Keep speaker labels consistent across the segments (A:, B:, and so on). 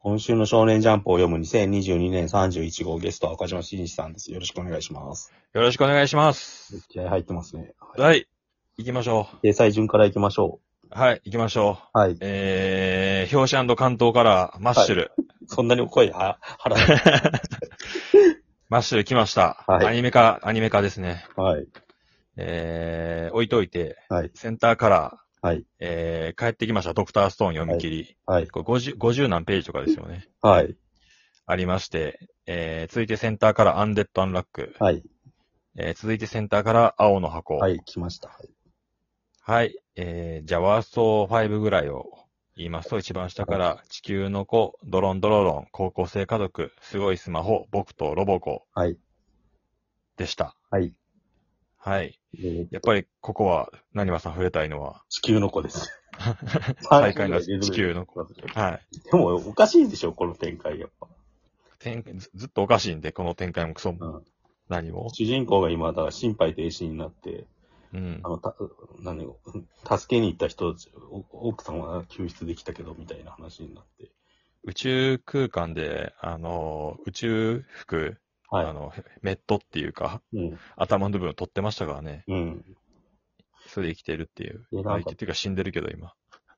A: 今週の少年ジャンプを読む2022年31号ゲストは岡島真司さんです。よろしくお願いします。
B: よろしくお願いします。
A: 気合入ってますね。はい。
B: はい。行きましょ
A: 掲載順から行きましょ
B: う。はい、行きましょ
A: う。
B: う。
A: はい。
B: えー、表紙関東からマッシュル、
A: そんなに声は、腹が。
B: マッシュル来ました。
A: はい
B: アニメ化、アニメ化ですね。
A: はい。
B: えー、置いといて、
A: はい。
B: センターカラー、
A: はい。
B: えー、帰ってきました。ドクターストーン読み切り。
A: はい。
B: これ 50, 50何ページとかですよね。
A: はい。
B: ありまして、えー、続いてセンターカラーアンデッドアンラック。
A: はい。
B: えー、続いてセンターカラー青の箱。
A: は。い。来ました。はい
B: はい。えー、じゃあ、ワースト5ぐらいを言いますと、一番下から、地球の子、ドロンドロロン、高校生家族、すごいスマホ、僕とロボコ
A: はい。
B: でした。
A: はい。
B: はい。
A: えー
B: やっぱり、ここは、何馬さん触れたいのは、
A: 地球の子 です。
B: 最下位の地球の子。はい。
A: でも、おかしいでしょ、この展開、やっぱ。
B: 展開ずずっとおかしいんで、この展開もクソも、
A: うん
B: 何も。
A: 主人公が今、だから心肺停止になって、
B: うん
A: あ。の、た、何を、助けに行った人、お奥さんは救出できたけど、みたいな話になって。
B: 宇宙空間で、あの、宇宙服、あ
A: は
B: の、メットっていうか、
A: い。うん。
B: 頭の部分を取ってましたからね。
A: うん。
B: それで生きてるっていう。
A: で、
B: ま
A: な
B: あ
A: ん
B: 生き
A: か
B: て、っていうか死んでるけど、今。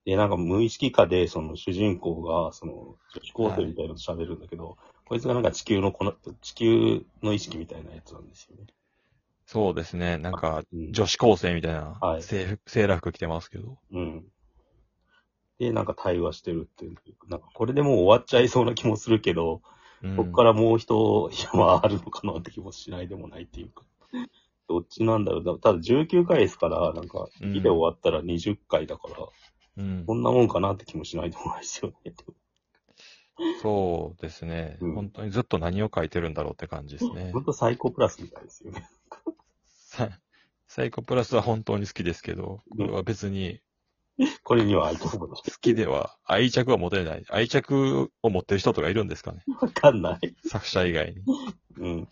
A: で、なんか無意識下で、その主人公が、その、女子高生みたいなのと喋るんだけど、こいつがなんか地球のこの、地球の意識みたいなやつなんですよね。
B: そうですね。なんか、
A: うん。
B: 女子高生みたいな
A: はい
B: 制服、セーラー服着てますけど。
A: うん。で、なんか対話してるっていう。なんかこれでもう終わっちゃいそうな気もするけど、
B: うん
A: こっからもう人山あるのかなって気もしないでもないっていうか。どっちなんだろう。だただ19回ですから、なんか、
B: うん
A: 日で終わったら20回だから、
B: うん
A: こんなもんかなって気もしないでもないですよね。
B: そうですね、
A: うん
B: 本当にずっと何を書いてるんだろうって感じですね
A: ほ。んとサイコプラスみたいですよね。
B: さサイコプラスは本当に好きですけど、これは別に
A: これには愛国語
B: 好きでは愛着は持てない。愛着を持ってる人とかいるんです かね。
A: わかんない。
B: 作者以外に。
A: うん。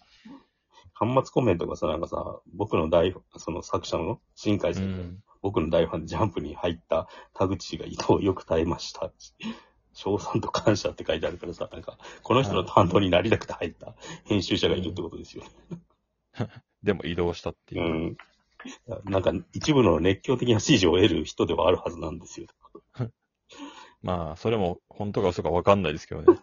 A: 端末コメントがさ、なんかさ、僕の大、その作者の新海
B: う
A: さん、
B: ん。
A: 僕の大ファンジャンプに入った田口氏が意図をよく耐えました。賞賛と感謝って書いてあるからさ、なんか、この人の担当になりたくて入った編集者がいるってことですよね。
B: でも移動したって
A: う
B: いう。
A: ん。なんか、一部の熱狂的な支持を得る人ではあるはずなんですよ。
B: まあ、それも本当か嘘かわかんないですけど ね。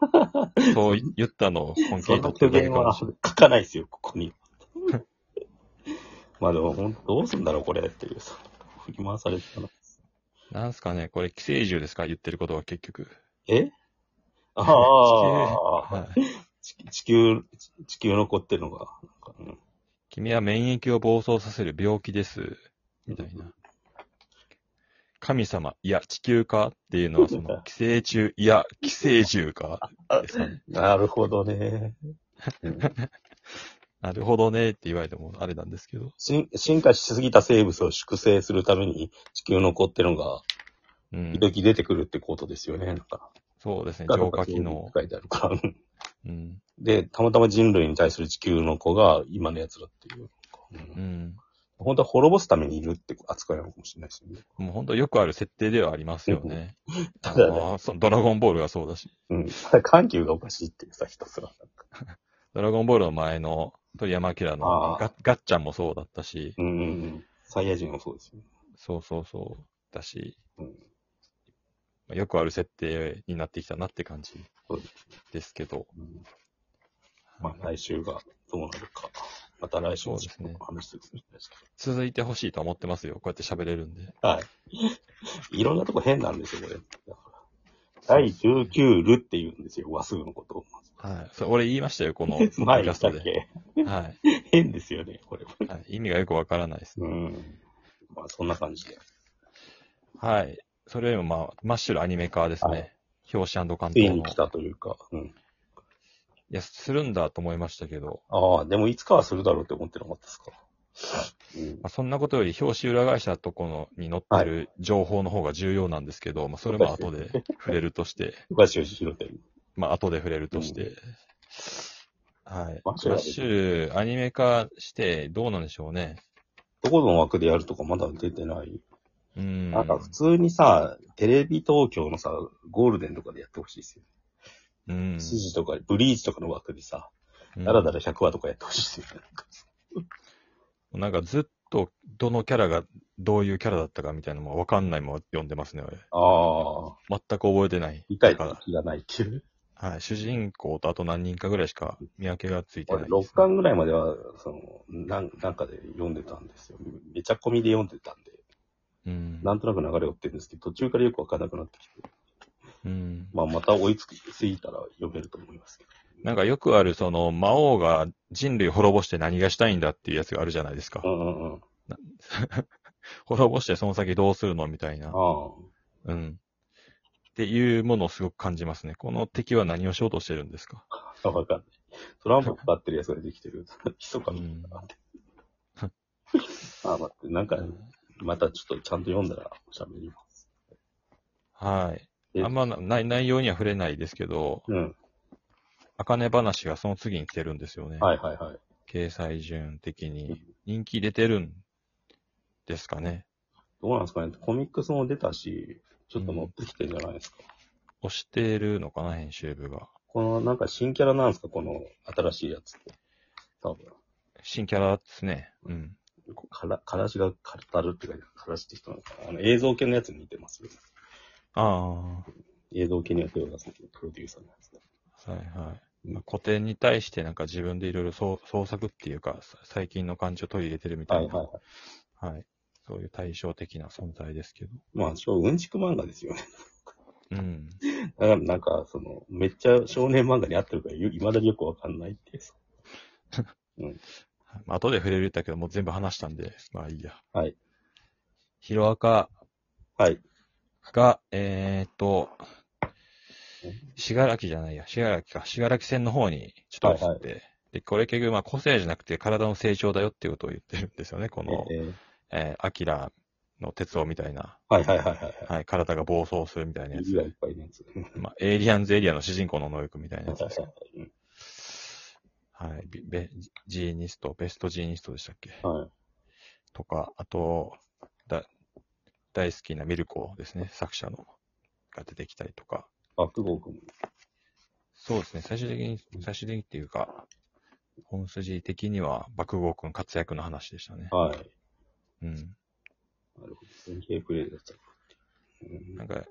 B: そう言ったのを本気
A: そ
B: に
A: の
B: 取って
A: 表現
B: るだけかも
A: は
B: しれない。
A: 書かないですよ、ここ に。まあでも、ほんとどうすんだろう、これっていうさ。振り回されてたな。
B: なんすかね、これ寄生獣ですか言ってることは結局。
A: えああ、
B: はい。
A: 地地球、地球残ってるのが、なんか
B: 君は免疫を暴走させる病気です。みたいな。神様、いや、地球かっていうのは、その、寄生虫、いや、寄生獣かですかね。
A: うんなるほどね。
B: なるほどねって言われても、あれなんですけど。
A: 進進化しすぎた生物を粛清するために地球残ってるのが、
B: うん
A: 時。々出てくるってことですよね。なんか、
B: そうですね、浄化機能
A: って。書いてあるから。うん
B: うん。
A: で、たまたま人類に対する地球の子が今の奴らっていう。うん
B: うん。
A: 本当は滅ぼすためにいるって扱いなのかもしれないですよね。
B: もう本当よくある設定ではありますよね。
A: た
B: あ
A: だね、
B: のそうドラゴンボールがそうだし。
A: うん。ただ緩急がおかしいっていうさ、ひたすら。
B: ドラゴンボールの前の鳥山明
A: あ
B: の
A: ー
B: ガッガッチャンもそうだったし、
A: うんうんうん。サイヤ人もそうですよね。
B: そうそうそう。だし、
A: うん
B: まあよくある設定になってきたなって感じ
A: そうです
B: ですけど。
A: うんまあ来週がどうなるか。また来週もちょっと話するかもしれないですけ
B: 続いてほしいと思ってますよ。こうやって喋れるんで。
A: ど。はい。 いろんなとこ変なんですよ、これ。だから第19ルって言うんですよ、和数のことを。
B: はい。それ俺言いましたよ、このポッ
A: 前言
B: ドキャ
A: っ
B: ス
A: た
B: ト
A: っ
B: で。
A: け
B: は
A: 変ですよね、これは。
B: い、はい。意味がよくわからないです
A: う
B: ね。
A: ん。まあそんな感じで。
B: はい。それよりも、まあ、マッシュルアニメ化ですね。
A: は
B: 表紙関
A: つい
B: 東
A: に
B: の。
A: 来
B: い
A: たというか。うん。
B: や、するんだと思いましたけど、
A: ああ、でもいつかはするだろうって思ってなかったですか。うん
B: まあ、そんなことより表紙裏返したところに載ってる情報の方が重要なんですけど、まあ、それも後で触れる として。
A: 岡しを広てる。
B: まあ、後で触れるとして。はい。
A: マ
B: マ
A: ッシュル
B: ッシュル、アニメ化してどうなんでしょうね。
A: どこの枠でやるとかまだ出てない。
B: うん。
A: なんか普通にさ、テレビ東京のさ、ゴールデンとかでやってほしいですよ。
B: うん。
A: 指示とか、ブリーチとかの枠でさ、
B: うん
A: だらだら100話とかやってほしいですよね。なんか
B: なんかずっとどのキャラがどういうキャラだったかみたいなのもわかんないもん読んでますね、俺。
A: ああ、
B: 全く覚えてない。
A: 理解
B: だから
A: が気がないっていう。
B: はい。主人公とあと何人かぐらいしか見分けがついてない
A: 俺、
B: です、
A: 6巻ぐらいまでは、その、なんなんかで読んでたんですよ。めちゃ込みで読んでたんで、
B: うん。
A: なんとなく流れを追ってるんですけど、途中からよくわからなくなってきて、
B: うん。
A: まあ、また追いつきすぎたら読めると思いますけど。
B: なんかよくある、その、魔王が人類滅ぼして何がしたいんだっていうやつがあるじゃないですか
A: う。んうんうん。
B: 滅ぼしてその先どうするのみたいな
A: あ。あ。
B: うん。っていうものをすごく感じますね。この敵は何をしようとしてるんですか
A: あわかんない。トランプかかってるやつが出てきてる。 ひそかに。
B: うん
A: あ、待って、なんか、またちょっとちゃんと読んだら喋ります。
B: はい。
A: え
B: あんまなない内容には触れないですけど、
A: うん。
B: あかね話がその次に来てるんですよね。
A: はいはいはい。
B: 掲載順的に。人気出てるんですかね。
A: どうなんですかねコミックスも出たし、ちょっと乗ってきてるんじゃないですか。
B: 押してるのかな、編集部が。
A: この、なんか新キャラなんですかこの新しいやつって。多分。
B: 新キャラですね。うん。
A: から、からしが語るって書いてある。からしって人なのかなあの、映像系のやつに似てますよ。
B: あ
A: 映像系のやつを出すプロデューサーのやつ。
B: あ、はいはい。
A: うん
B: まあ、古典に対してなんか自分でいろいろ創創作っていうか、さ最近の感じを取り入れてるみた
A: はい
B: い
A: はいは
B: な、
A: い。
B: はい。そういう対照的な存在ですけど。
A: まあ、超うんちく漫画ですよね。
B: うん。
A: だからなんか、その、めっちゃ少年漫画に合ってるから、いまだによくわかんないっていうさ。
B: はいまあ、後で触れるんだけど、もう全部話したんで、まあいいや。
A: はい。
B: ヒロアカ
A: はい。
B: が、えーっと
A: うん、
B: しがらきじゃないや、しがらきか、しがらき戦の方にちょっと移って、で、これ結局、まあ、個性じゃなくて体の成長だよっていうことを言ってるんですよね、この、
A: えー
B: えーアキラの鉄夫みたいな、
A: はいはいはいはい
B: はい、体が暴走するみたいな
A: はい。
B: やつ
A: 指。がいっぱいのやつ。
B: まあ、エイリアンズエリアの主人公の能力みたいなやつですよ。
A: は
B: はい、ビベジーニスト、ベストジーニストでしたっけ
A: い。
B: とか、あと、だ、大好きなミルコですね、作者の、が出てきたりとか。
A: 爆豪君も。
B: そうですね、最終的に、最終的にっていうか、本筋的には、爆豪くん活躍の話でしたね。
A: はい。
B: うん。
A: なるほど。連携プレイだったのか
B: なんか、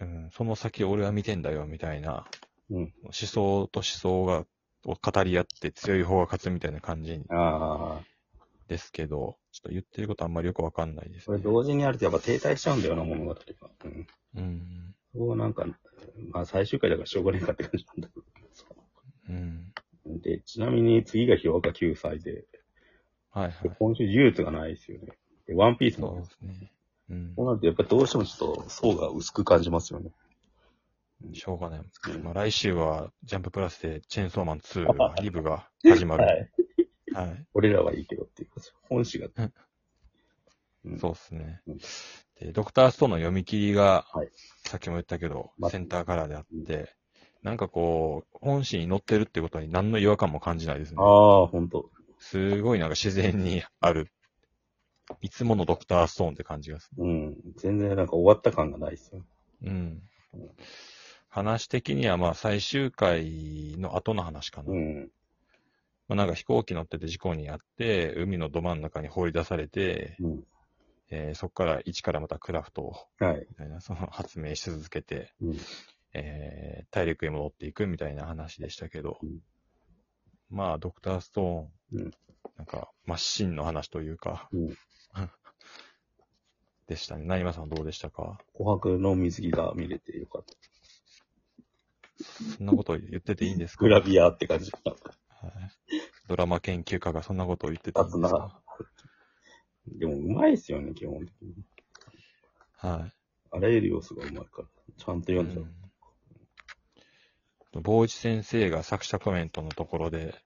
B: うん、その先俺は見てんだよ、みたいな、
A: うん。うん。
B: 思想と思想が、を語り合って強い方が勝つみたいな感じ
A: ああ。
B: ですけど、ちょっと言ってることあんまりよくわかんないです
A: これ
B: ね。
A: 同時にあるとやっぱ停滞しちゃうんだよな、物語が。うん。
B: うん。
A: そうなんか、まあ最終回だからしょうがねえかって感じなんだけど。
B: うん。
A: そうで、ちなみに次がヒロアカ9歳で、
B: はいはい。
A: 今週呪術がないですよね。でワンピース
B: そう
A: も
B: で。すね。うん
A: こ。うなるとやっぱどうしてもちょっと層が薄く感じますよね。
B: しょうがない。
A: うん
B: まあ、来週は、ジャンププラスで、チェーンソーマン2、リブが始まる。
A: はい。
B: はい。
A: 俺らはいいけどっていうか、本誌が。うん
B: そうですね
A: うん。
B: で、ドクターストーンの読み切りが、
A: はい
B: さっきも言ったけど
A: ま、
B: センターカラーであって、なんかこう、本誌に載ってるってことに何の違和感も感じないですね。
A: ああ、ほんと。
B: すごいなんか自然にある、いつものドクターストーンって感じがする。
A: うん。全然なんか終わった感がないですよ。
B: うん。話的にはまあ最終回の後の話かな。
A: うん。
B: まあ、なんか飛行機乗ってて事故にあって、海のど真ん中に放り出されて、
A: うん。
B: えーそこから一からまたクラフトを、
A: はい。
B: みたいな、その発明し続けて、
A: うん
B: えー体力に戻っていくみたいな話でしたけど、
A: うん
B: まあ、ドクターストーン、
A: うん
B: なんか、マシンの話というか、
A: うん
B: でしたね。なにまさんどうでしたか
A: 琥珀の水着が見れてよかった。
B: そんなこと言ってていいんですか、
A: グラビアって感じだった。
B: はいドラマ研究家がそんなことを言ってていいんですか
A: でも、うまいっすよね、基本的に。
B: はい。
A: あらゆる要素がうまいから。ちゃんと読んじゃう。
B: うん坊一先生が作者コメントのところで、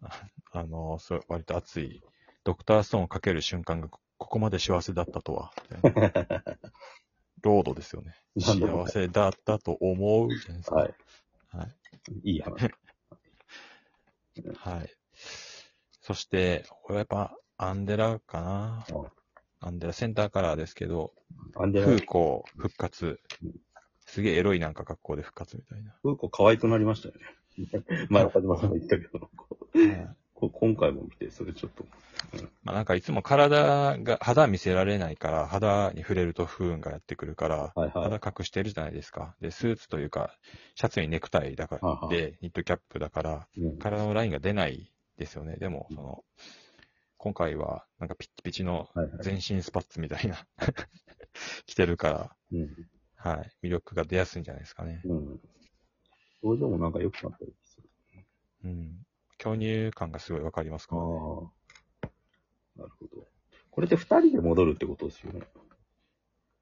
B: あ あの、そう割と熱い、ドクターストーンをかける瞬間がこここまで幸せだったと は、みたいなロードですよね。
A: なんだろう
B: 幸せだったと思うじゃないですか。
A: はい。。
B: はい
A: いい話。
B: はい。そして、これはやっぱ、アンデラかな
A: うん。
B: アンデラセンターカラーですけど、
A: アンデラ
B: 空港復活。すげえエロいなんか格好で復活みたいな。
A: うんこ可愛くなりましたよね。 前、岡島さんも言ったけど、こう
B: はい
A: こう今回も見て、それちょっと。
B: まあなんかいつも体が、肌見せられないから、肌に触れると不運がやってくるから、
A: はいはい。
B: 肌隠してるじゃないですか。で、スーツというか、シャツにネクタイだか
A: はあ
B: ら、
A: はあ
B: で、ニットキャップだから、
A: うん
B: 体のラインが出ないですよね。でも、
A: うん
B: その、今回は、なんかピッチピチの
A: はいはい。
B: 全身スパッツみたいな、 着てるから、
A: うん。
B: はい、魅力が出やすいんじゃないですかね。
A: うん。表情もなんか良くなったりする。
B: うん。巨乳感がすごいわかります
A: あ
B: か
A: あ
B: らね、。
A: なるほど。これって二人で戻るってことですよね。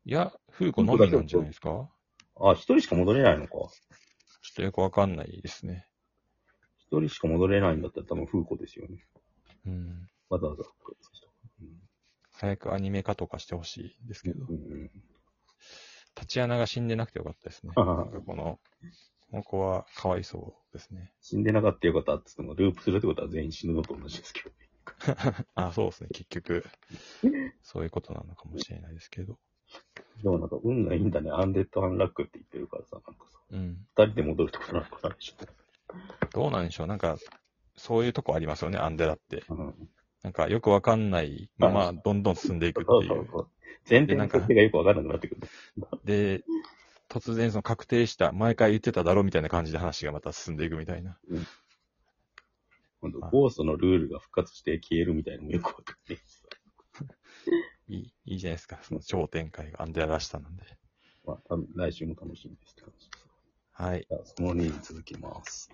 B: いや、風子のみなんじゃないですかちょ
A: あ、一人しか戻れないのか。
B: っとよくわかんないですね。
A: 一人しか戻れないんだったら多分風子ですよね。
B: うん。
A: わざわざ。
B: 早くアニメ化とかしてほしいですけど
A: う。んうん。
B: タチアナが死んでなくてよかったですね。
A: あ
B: な
A: あ
B: んかこの、この子はかわいそうですね。
A: 死んでなかったよかったって言っても、ループするってことは全員死ぬのと同じですけど。
B: あ、そうですね。結局、そういうことなのかもしれないですけど。
A: でもなんか運がいいんだね。アンデッド・アンラックって言ってるからさ、なんかさ、
B: うん。
A: 二人で戻るってことなのかな、ちょっ
B: どうなんでしょう。なんか、そういうとこありますよね、アンデラって。
A: と。うん。
B: なんかよくわかんないまま、どんどん進んでいく
A: そう
B: っ
A: そ
B: ていうう。
A: そう。前提の設定がよくわからなくなってくる。
B: で、突然その確定した、前回言ってただろみたいな感じで話がまた進んでいくみたいな。
A: 今度、ゴーストのルールが復活して消えるみたいなのもよくわかんないです。
B: いい、いいじゃないですか。その超展開がアンデラらしさなんで。
A: まあ、多分来週も楽しみですって感じです。
B: はい。
A: じゃあ、その2に続きます。